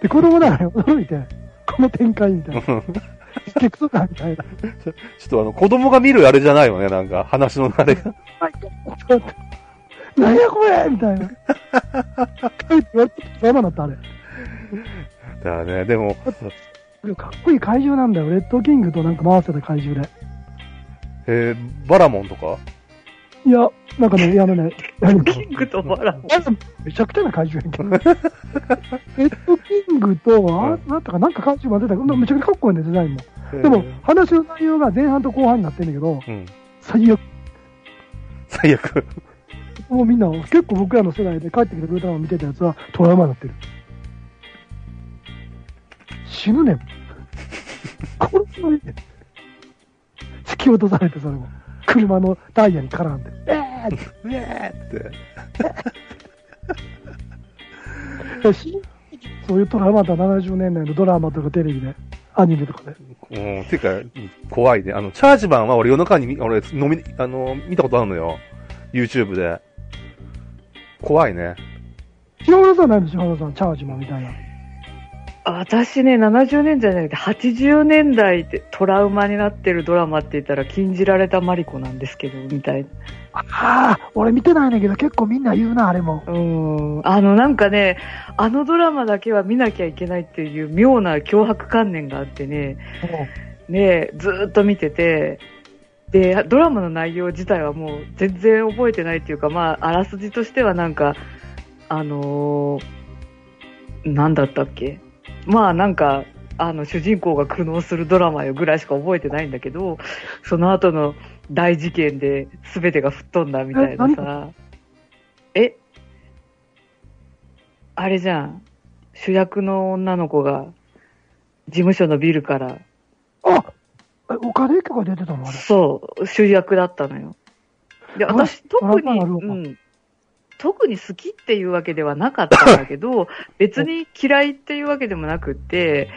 A: で、子供だから驚いて、この展開みたいな、結局かみたいな。
B: ちょっとあの、子供が見るあれじゃないよね、なんか、話のあれ が。
A: はい、ちょっと、なんやこれみたいな。帰って言われて、ドラマだった、あれ。
B: だね、でも、
A: かっこいい怪獣なんだよ。レッドキングとなんか回せた怪獣で。
B: えー、バラモンとか
A: いや、なんかね、やめない。
C: キングとバラモン。
A: あれめちゃくちゃな怪獣やん けど。レッドキングと、あ、なんとか、なんか怪獣混ぜたから、めちゃくちゃかっこいいね、デザインも。でも、話の内容が前半と後半になってんだけど、
B: うん。
A: 最悪。
B: 最悪。
A: もうみんな、結構僕らの世代で帰ってきてくれたのを見てたやつはトラウマになってる。死ぬねん。 殺すのにねん。突き落とされて、それも。車のタイヤに絡んで。えーっ
B: うえーって。
A: て死ぬそういうトラウマだ、70年代のドラマとかテレビで、アニメとかで。
B: うん、てか、怖いね。あの、チャージマンは俺夜中に見、俺、飲み、あの、見たことあるのよ。YouTube で。怖いね。
A: 島村さんないの島村さん、チャージマンみたいな。
C: 私ね、70年代じゃなくて、80年代でトラウマになってるドラマって言ったら、禁じられたマリコなんですけど、みたいな。
A: ああ、俺見てないねんだけど、結構みんな言うな、あれも。
C: うーん。あの、なんかね、あのドラマだけは見なきゃいけないっていう妙な脅迫観念があってね、ね、ずーっと見てて、で、ドラマの内容自体はもう全然覚えてないっていうか、まあ、あらすじとしてはなんか、あのーなんだったっけまあなんか、あの、主人公が苦悩するドラマよぐらいしか覚えてないんだけど、その後の大事件で全てが吹っ飛んだみたいなさ。えあれじゃん。主役の女の子が、事務所のビルから
A: あえ岡田由紀が出てたのあれ。
C: そう、主役だったのよ。で、
A: あ
C: 私、
A: ドラ
C: 特
A: マ
C: に、
A: なのか
C: うん、特に好きっていうわけではなかったんだけ ど、別に嫌いっていうわけでもなくって、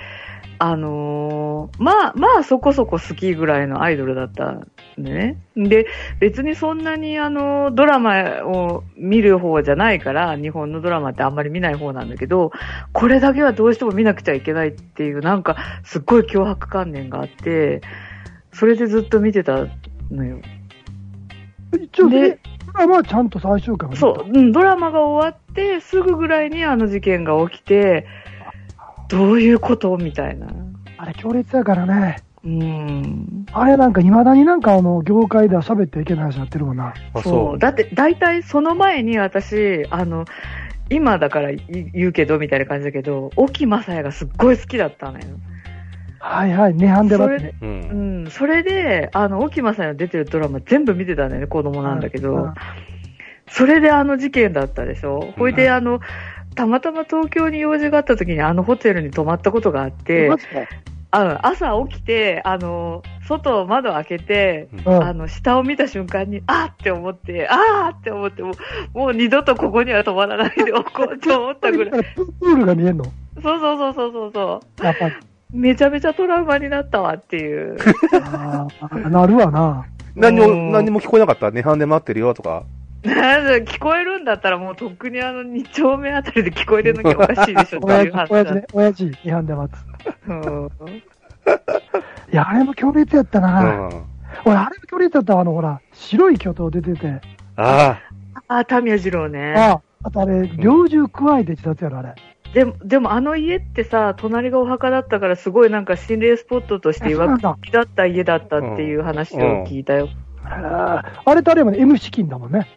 C: あのーまあ、まあ、そこそこ好きぐらいのアイドルだったんでね。で、別にそんなに、あの、ドラマを見る方じゃないから、日本のドラマってあんまり見ない方なんだけど、これだけはどうしても見なくちゃいけないっていう、なんか、すっごい脅迫観念があって、それでずっと見てたのよ。
A: 一応、
C: で
A: ね、ドラマはちゃんと最終回まで
C: そう、うん、ドラマが終わって、すぐぐらいにあの事件が起きて、どういうことみたいな。
A: あれ強烈やからね。
C: うん。
A: あれなんか未だになんかあの、業界では喋ってはいけない話になってるもんな。
B: あ、
C: そ。
B: そう
C: だって、大体その前に私、あの、今だから言言うけど、みたいな感じだけど、沖正也がすっごい好きだったのよ。
A: はいはい、ネハンデバッ
C: そ
A: テね。
B: う。う。
C: うんん。それで、あの、沖正也の出てるドラマ全部見てたんだよね、子供なんだけど。
A: うん
C: それであの事件だったでしょ。ほいで、
B: うん
C: あの、たまたま東京に用事があった時にあのホテルに泊まったことがあって
A: マ、ジで
C: あ朝起きて、あの、外を窓開けて、
A: うん
C: あの、下を見た瞬間に、あーって思って、あーって思って、もう、もう二度とここには泊まらないでおこうと思っ たぐらい。
A: プールが見えんの
C: そうそうそうそうそうそう。
A: やっぱり。
C: めちゃめちゃトラウマになったわっていう。
A: あーなるわ な。
B: 何
C: う
B: も、
C: ん
B: 何も聞こえなかった。ネハンで待ってるよとか。
C: なんだ聞こえるんだったらもうとっくにあの二丁目あたりで聞こえてなきゃおかしいでしょって
A: 親
C: いう
A: 父
C: 話、
A: 親父ね、親父、ネハンデバッテ。
C: うん
A: いや、あれも強烈やった
B: う
A: な。
B: ん。
A: 俺、あれも強烈だったわあの、ほら、白い巨頭出てて、
B: あ
C: あ、タミヤ二郎ね。
A: ああとあれ、猟銃くわえて自殺やろ、あれ。
C: でも、でもあの家ってさ、隣がお墓だったから、すごいなんか心霊スポットとして い
A: そうな
C: わ
A: んだ
C: くだった家だったっていう話を聞いたよ。
A: あーあれってあれもね、M 資金だもんね。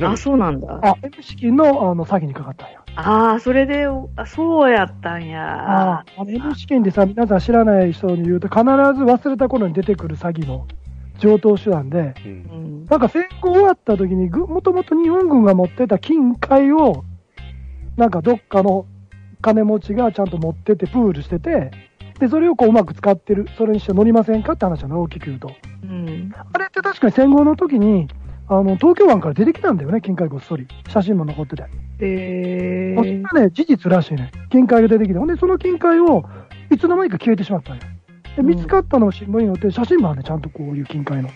B: あ。
C: あ、そうなんだ。
A: あ、M 資金のあの詐欺にかかったんや。
C: ああ、それで、あそうやったんや。
A: あの M 資金でさ、皆さん知らない人に言うと、必ず忘れた頃に出てくる詐欺の上等手段で、
B: う
C: うんん。
A: なんか戦後終わった時に、ぐもともと日本軍が持ってた金塊を、なんかどっかの金持ちがちゃんと持ってて、プールしてて、で、それをこううまく使ってる、それにして乗りませんかって話なの、大きく言うと。
C: うん。
A: あれって確かに戦後の時に、あの、東京湾から出てきたんだよね、金塊ごっそり。写真も残ってて。
C: で
A: こっちがね、事実らしいね。金塊が出てきて。ほんで、その金塊を、いつの間にか消えてしまったんよ。で、見つかったのを新聞に載って、写真もあるね、ちゃんとこういう金塊の。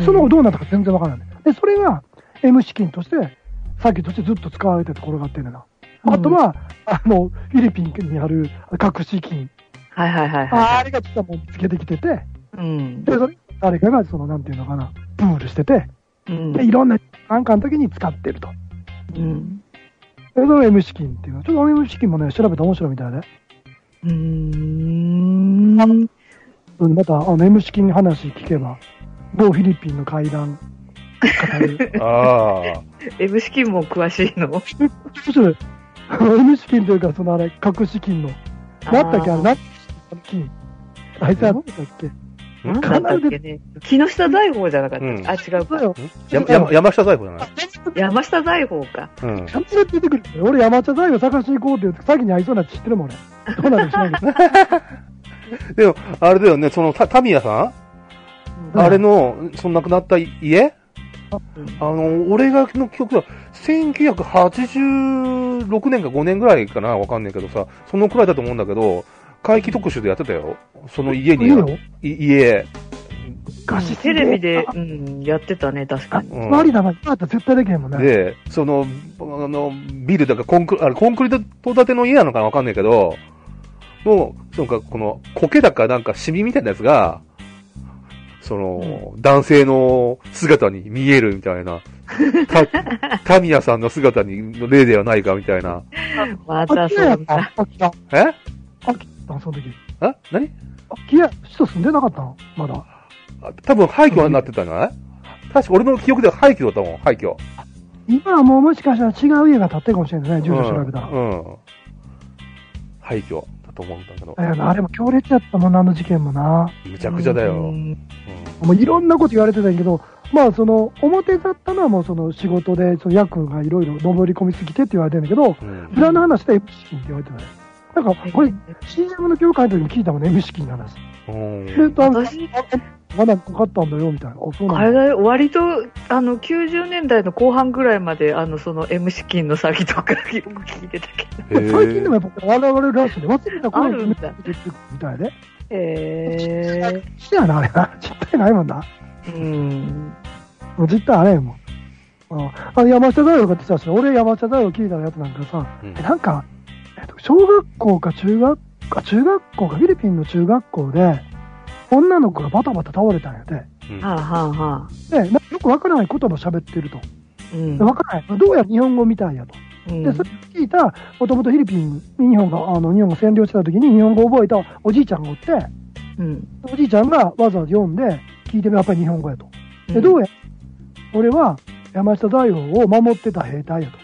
A: その後どうなったか全然わからない。で、それが M 資金として、詐欺としてずっと使われてて転がってるんだな。
C: うん
A: あとは、あの、フィリピンにある隠し金。
C: はいはいはい
A: あ
C: は
A: あれが実はもう見つけてきてて、
C: い。うん
A: で、。それ誰かがその、なんていうのかな、プールしてて、
C: うん
A: で、いろんな、なんかの時に使ってると。
C: うん。
A: で、それが M 資金っていうの。ちょっと M 資金もね、調べて面白いみたいで。
C: うーん。
A: うんまた、あの、M 資金話聞けば、某フィリピンの会談、語る。
B: ああ。
C: M 資金も詳しいの
A: むしろ、M 資金というか、そのあれ、隠し金の。なんだっけ、あれ、なん金。あいつは何だっけ。
C: なんだったっけね。木下財宝じゃなかった。
B: うん
C: あ、違う
A: そう
C: か。
A: よ。
B: や山山下財布じゃない
C: 山下財宝か。
B: うん。
A: ちゃんと出てくる。俺、山茶財を探しに行こうって言うと、詐欺に合いそうなやつ知ってるもん、俺。どうなるか知らんけど。
B: でも、あれだよね、その、たタミヤさん、
A: うん
B: あれの、その亡くなった家
C: うん
B: あの、俺がの記憶は、1986年か5年ぐらいかな、わかんないけどさ、そのくらいだと思うんだけど、怪奇特集でやってたよ。その家に、
A: いいよ。
B: い家。
A: ガシ
C: テレビで、うん、やってたね、確かに。
B: うん
A: ありだな、今だったら絶対できへんもんね。
B: で、その、あの、ビルだかコンクリ、あれコンクリート建ての家なのかなわかんないけど、の、なんかこの、苔だかなんかシミみたいなやつが、その、男性の姿に見えるみたいな。た タミヤさんの姿に、の例ではないかみたいな。
C: ま
A: あ
C: た
A: っち
C: そ
A: やっ
C: う
A: た
C: だ。
A: あっちだ。
B: え
A: あっちだ、その時。
B: あ何
A: あっちや、人住んでなかったのまだ。
B: あ多分廃墟になってたんじゃない確か俺の記憶では廃墟だったもん、廃墟。
A: 今はもうもしかしたら違う家が建ってるかもしれないね、住所調べたら。
B: うん。うん廃墟だと思うんだけど。
A: だよな、あれも強烈やったもんな、あの事件もな。
B: むちゃくちゃだよ。
C: う
B: うん
C: ん
A: もういろんなこと言われてたんやけど、まあその、表だったのはもうその仕事で、そのヤクがいろいろ登り込みすぎてって言われてんだけど、
B: うん
A: 裏の話で M 資金って言われてたよ。なんか、これ、CM の業界の時に聞いたもんね、M 資金の話。
B: うん
A: で、とあの、
C: 私、
A: まだかかったんだよ、みたいな。あ、そう
C: あ
A: な
C: れ
A: んだ。
C: だよ、割と、あの、90年代の後半ぐらいまで、あの、その M 資金の詐欺とか よく聞いてたけど。
B: へー
A: 最近でもやっぱ笑われるらしいで、忘れた頃に決め
C: あ
A: てくみたいで。
C: えー。
A: してやな、あれな。実態ないもんな。
C: うん。
A: もう実態あれやもん。ああの山下大王がってたし、俺山下大王聞いたやつなんかさ、
B: うん
A: えなんか、えっと、小学校か中学か、中学校か、フィリピンの中学校で、女の子がバタバタ倒れたんやて。
B: うん
C: はあ、はあはあ、
A: で、なんかよくわからない言葉喋ってると。
C: うん
A: で。わからない。どうやら日本語みたいやと。
C: うん
A: で、それを聞いた、もともとフィリピンに日本が、あの、日本が占領してた時に日本語を覚えたおじいちゃんがおって、
C: うん。
A: おじいちゃんがわざわざ読んで、聞いてみるやっぱり日本語やと。で、どうや俺は山下大王を守ってた兵隊やと。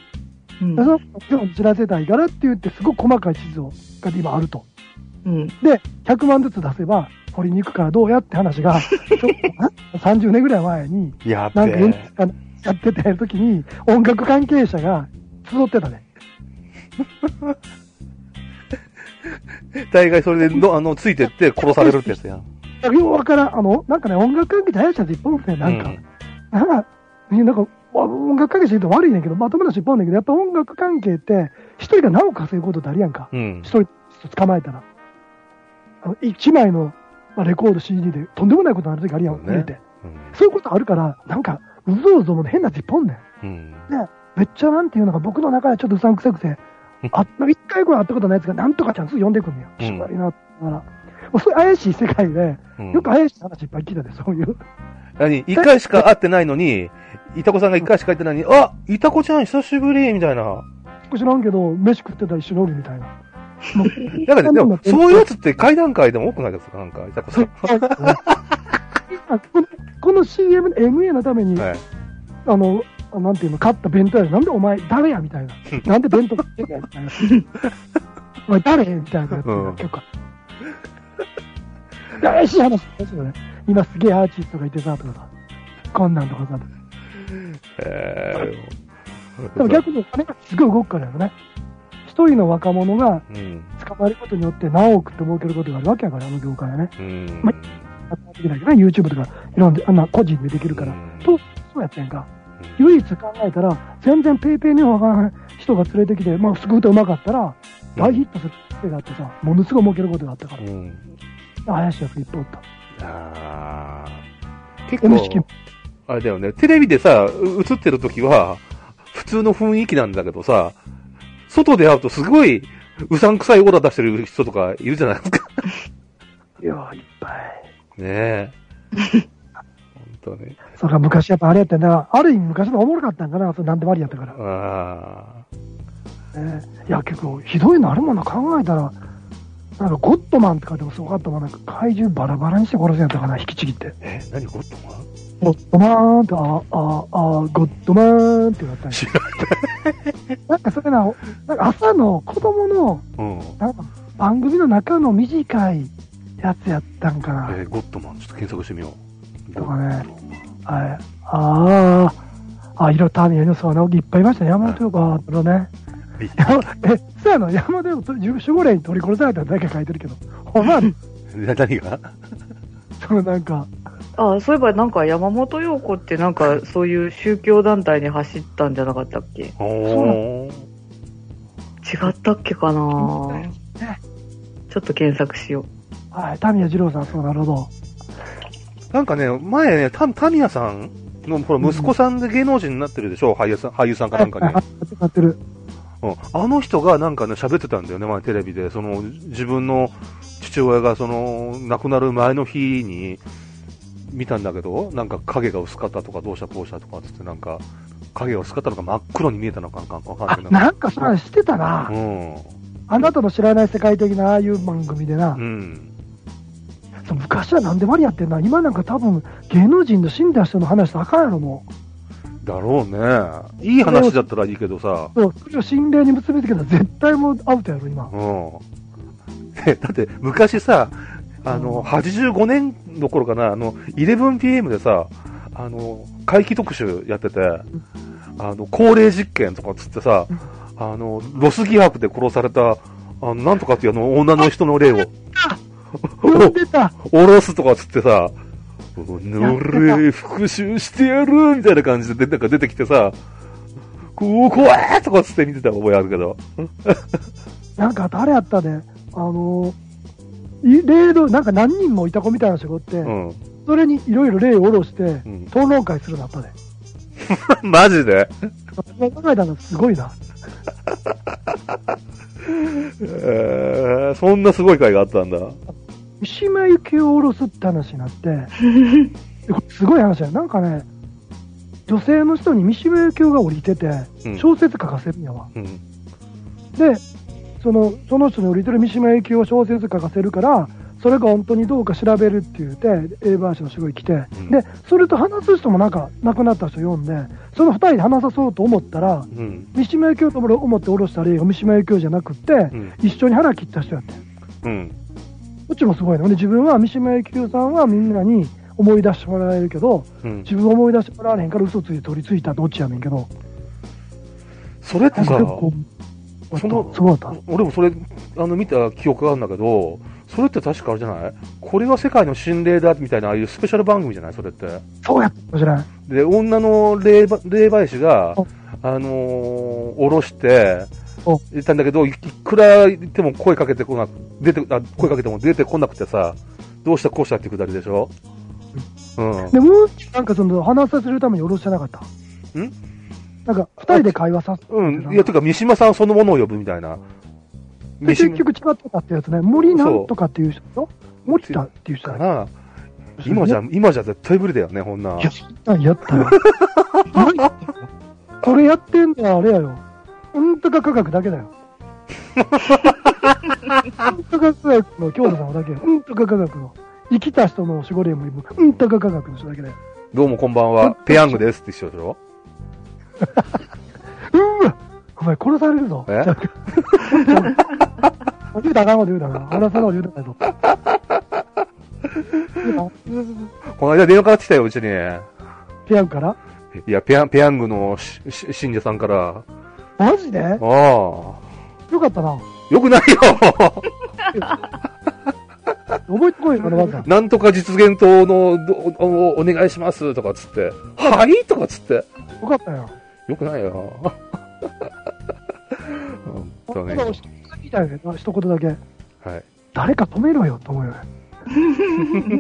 C: うん
A: で、その今日知らせたいからって言って、すごく細かい地図をが今あると。
C: うん。
A: で、100万ずつ出せば、掘りに行くからどうやって話が、ちょっと30年ぐらい前に、
B: やっべ
A: なんか
B: え。
A: あのやってた時に、音楽関係者が集ってたね。
B: 大概それでの、あの、ついてって殺されるってやつやん。
A: だからようわからん、あの、なんかね、音楽関係者やつ一本ね、なんか。
B: うん
A: なんか、なんか、わ音楽関係者言うと悪いねんけど、まともなし一本ねんけど、やっぱ音楽関係って、一人が何を稼ぐことってあるやんか。
B: うん
A: 一。人捕まえたら、あの一枚のまあレコード CD でとんでもないことになる時あるやん、
B: そうね
A: 売れて。そういうことあるから、なんか、うぞうぞも変なジッポンねん。
B: うん。
A: めっちゃなんていうのか、僕の中でちょっとうさんくさく て、あなんか一回ぐらい会ったことないやつが、なんとかちゃんすぐ呼んでくんね
B: うん
A: ん。しばいなって思いながら。もうそういう怪しい世界で、
B: うん
A: よく怪しい話いっぱい聞いたで、そういう。
B: 何一回しか会ってないのに、いたこさんが一回しか会ってないのに、あいたこちゃん久しぶりみたいな。
A: 知らんけど、飯食ってたら一緒におるみたいな。 もう
B: なんかね、でも、そういうやつって階段階でも多くないですかなんか、いたこさん。
A: あこのこの CM、MA のために、
B: はい。
A: あの、あなんていうの、買った弁当やでなんでお前、誰やみたい な。なんで弁当食ってんだよみたいな。お前誰みたいなやつが
B: うん
A: 結構。怪しい話ですよね。今すげえアーティストがいてさ、とかさ。こんなんとかさ。
B: えー、
A: でも逆にお金がすごい動くからやろね。一人の若者が
B: うん。
A: 捕まえることによって何億って儲けることがあるわけやから、あの業界はね。
B: うん。
A: まあった時だけどね、YouTube とか、いろんな、あんな個人でできるから。と、そうやったやんか。唯一考えたら、全然ペイペイにもわからない人が連れてきて、まあ、すごい歌うまかったら、大ヒットすることがあってさ、ものすごい儲けることがあったから、
B: うん。
A: 林家くいっぱいおった。
B: あー結
A: M 式
B: 構、あれだよね、テレビでさ、う映ってる時は、普通の雰囲気なんだけどさ、外で会うとすごい、うさんくさいオーラ出してる人とかいるじゃないですか。
A: いやー、いっぱい。
B: ねえ。本当に。
A: そうか、昔やっぱあれやったんだ。ある意味昔のおもろかったんかな、それなんでもありやったから。
B: あ
A: ね、いや、結構、ひどいのあるもの考えたら、なんかゴッドマンとかでもすごかったもん、なんか怪獣バラバラにして殺すんやったかな、引きちぎって
B: ー。え、何ゴッドマン
A: ゴッドマーンって、あーあー、あーゴッドマーンってなったんや
B: 知ら
A: なんかそれな、なんか朝の子供の、
B: うん。
A: なんか番組の中の短いやつやったんかな。
B: えーゴッドマン、ちょっと検索してみよう。
A: とかねはい。ああ、あ、いろ、タミヤのそうな、いっぱいいましたね。山本陽子、ああ、なる
B: い
A: ほどね。え、そうやの、山本陽子、守護霊に取り殺されただけ書いてるけど。ほんま に、
B: な何が
A: そのなんか、
C: あそういえばなんか山本陽子ってなんかそういう宗教団体に走ったんじゃなかったっけ違
B: おー。
C: ったっけか
A: だ
C: な
A: よね
C: ちょっと検索しよ
A: はい、タミヤ二郎さん、そうなるほど。
B: なんかね、前ね、タタミヤさんの、ほら、息子さんで芸能人になってるでしょ、俳優さん、俳優さんかなんか
A: はい
B: ね
A: は。いやってる。
B: うん、あの人がなんかね、喋ってたんだよね、前テレビで。その、自分の父親がその、亡くなる前の日に見たんだけど、なんか影が薄かったとか、どうしたこうしたとかっつって、なんか、影が薄かったのか真っ黒に見えたのかなんかわか
A: あ
B: んない
A: なんかそんなのしてたな、
B: うん。
A: あなたの知らない世界的なああいう番組でな
B: う、ん。
A: そう昔は何でもありやってんな、今なんか多分芸能人の死んだ人の話とあかんやろ、も
B: だろうね。いい話だったらいいけどさ。
A: う、そうそれを心霊に結びつけたら絶対もうアウトやろ、今、
B: うん。ねだって、昔さ、あの、85年の頃かな、あの、11pm でさ、あの、怪奇特集やってて、あの、高齢実験とかっつってさ
A: うん、
B: あの、ロス疑惑で殺された、あの、なんとかっていうあの、女の人の霊を、
A: 呼んでた、
B: おろすとかっつってさ、のれ、復讐してやるみたいな感じで、なんか出てきてさ、こう、怖えとかっつって見てた覚えあるけど。
A: なんか誰やったで、あのい霊のなんか何人もいた子みたいな人がおって、
B: うん。
A: それにいろいろ霊を下ろして、
B: うん
A: 討論会するのあったで、
B: マジで
A: 考えたのすごいな、
B: えー、そんなすごい回があったんだ。
A: 牛島由紀夫を下ろすって話にな って、でこれすごい話だよ。なんかね、女性の人に三島由紀夫が降りてて、
B: うん
A: 小説書かせるんやわ。
B: うん。
A: で、そのその人に降りてる三島由紀夫を小説書かせるから、それが本当にどうか調べるって言って、A バー氏のすごい来て、
B: ん
A: で、それと話す人もなんか亡くなった人読んで、その二人で話さそうと思ったら、
B: うん。
A: 三島由紀夫と思って降ろした例が三島由紀夫じゃなくって、
B: うん。
A: 一緒に腹切った人やって。
B: うん。
A: どっちもすごいね。で自分は三島由紀夫さんはみんなに思い出してもらえるけど、
B: うん。
A: 自分思い出してもらわれへんから嘘ついて取り付いたどっちやねんけど、
B: それって
A: なんか
B: さ、
A: こう、
B: その
A: そうだった。
B: 俺もそれ、あの、見た記憶があるんだけど、それって確かあれじゃないこれが世界の心霊だ、みたいな、ああいうスペシャル番組じゃないそれって。
A: そうやったかもしれん。
B: で、女の霊ば霊媒師が
A: お、
B: あのー、下ろして
A: お、
B: 言ったんだけど、いいくら言っても声かけてこなく、出て、あ、声かけても出てこなくてさ、どうしたこうしたってくだりでしょうん。
A: で、もう、なんかその、話させるために下ろしてなかった。
B: ん
A: なんか、二人で会話させて
B: うん。いや、てか、三島さんそのものを呼ぶみたいな。
A: で結局違ってたってやつね。森なんとかっていう人と森田っていう人
B: か
A: だ。
B: ら、今じゃ、今じゃ絶対無理だよね、こんない
A: や、そんなんや ったよ。何やってんのこれやってんのはあれやよ。うんとか科学だけだよ。うんとか科学の京都さんはだけよ。うんとか科学の。生きた人の守護霊もいる。うんとか科学の人だけだよ。
B: どうもこんばんは、ペヤングですって一緒でしょ
A: うわお前殺されるぞ。
B: え
A: 言うたらあかんこと言うたな。話さんこと言うたらあかんぞ。
B: この間電話から来たよ、うちに。
A: ペヤングから
B: いや、ペヤンペヤングのしし信者さんから。
A: マジでよ
B: ああ。
A: かったな。
B: よ くないよ
A: 覚えてこいよ、あの技。
B: なんとか実現党のどおおお願いしますとかっつって。はいとかっつって。
A: よかったよ。
B: よくないよ。 本当ね。
A: ただ押しみたいな一言だけ。
B: はい。
A: 誰か止めろよと思うよね。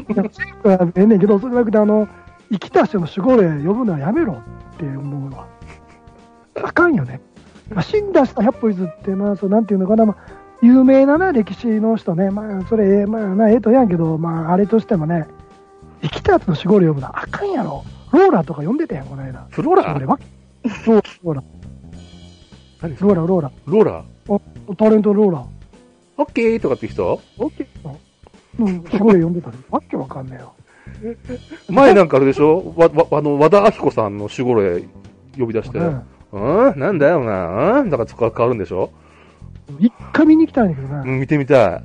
A: いや政府はええねんけど、それじゃなくて、あの、生きた人の守護霊呼ぶのはやめろって思うわ。あかんよね。まあ、死んだ人は百歩譲って、まあ、そうなんていうのかな、まあ、有名なな歴史の人ね、まあ、それ、ええまあ、なええとやんけど、まあ、あれとしてもね、生きた人の守護霊呼ぶのはあかんやろ。ローラとか呼んでたやん、この間。
B: フローラ
A: 俺はローローラ、
B: 何そ
A: ロ
B: れ
A: ーラ、ローラ。
B: ローラ
A: タレントローラ。
B: オッケーとかって人
A: オッケーの、うん、すごい読んでたね。わけわかんないよ。
B: 前なんかあれでしょわ、わ、あの、和田アキ子さんの守護霊呼び出して、うん、なんだよな、うんだから変わるんでしょ
A: うん一回見に行きたいんだけど
B: う
A: ね。
B: ん、見てみた い。う
A: だ
B: ん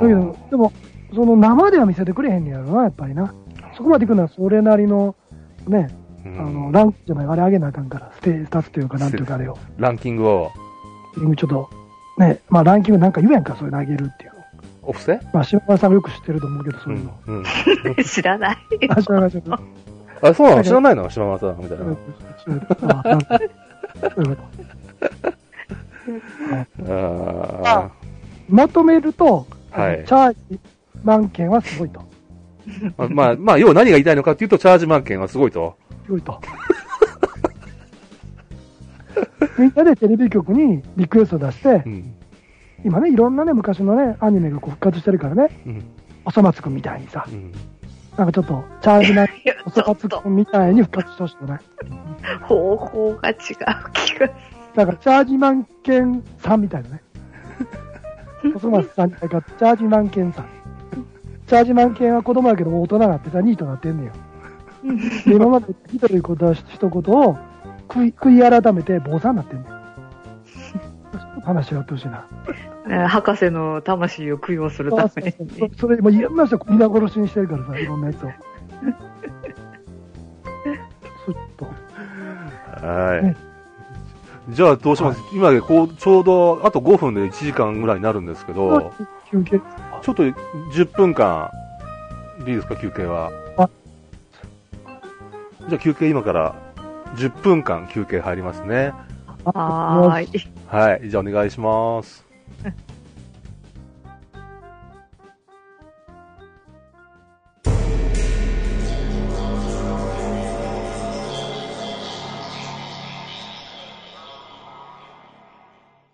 A: けど、でも、その生では見せてくれへんねやろな、やっぱりな。そこまで行くのはそれなりの、ね、
B: うん
A: あの、ランクじゃない、あれ上げなあかんから、ステータスというか、なんていうかあれを。
B: ランキングを、
A: 今ちょっと、ね、まあランキングなんか言うやんか、それ投げるっていうの。
B: オフセ
A: まあ、島村さんがよく知ってると思うけど、そういうの。
B: うんうん
C: 知らない。
A: あ、知らない、知らない。
B: あれ、そうなの知らないの島村さんみたい
A: 知
B: な。
A: らない知らないあなんかそういうこと
B: あ
A: まとめると、あの
B: はい
A: チャージ万件はすごいと。
B: ーまあまあ、まあ、要は何が言いたいのかっていうと、チャージマン券はすごいと。
A: すごいと。 みんなでテレビ局にリクエスト出して
B: う、ん。
A: 今ね、いろんなね、昔のね、アニメがこう復活してるからね、
B: うん。
A: おそ松くんみたいにさ、
B: うん。
A: なんかちょっと、チャージない
C: いや、
A: お
C: ち
A: そ
C: ょっ
A: 松
C: と
A: くんみたいに復活してほしくない。
C: 方法が違う気が
A: なんか、チャージマンケンさんみたいなね。 細松さんがチャージマンケンさん。チャージマンケンは子供だけど大人になってさ、ニートになってんねよ。で今まで聞いたということは一言を悔い 悔い改めて坊さんになってんねよ。 話をやってほしいな。
C: えー博士の魂を供養する
A: そ
C: た
A: うそ
C: め
A: う
C: に。
A: それ、もういろんな人皆殺しにしてるからさ、いろんな やつを。ちょっと。
B: はい。じゃあどうします、今こう、ちょうどあと5分で1時間ぐらいになるんですけど、
A: 休憩。
B: ちょっと10分間でいいですか、休憩は
A: あ。
B: じゃあ休憩今から10分間休憩入りますね。
A: あ
C: はーい。
B: はい。じゃあお願いします。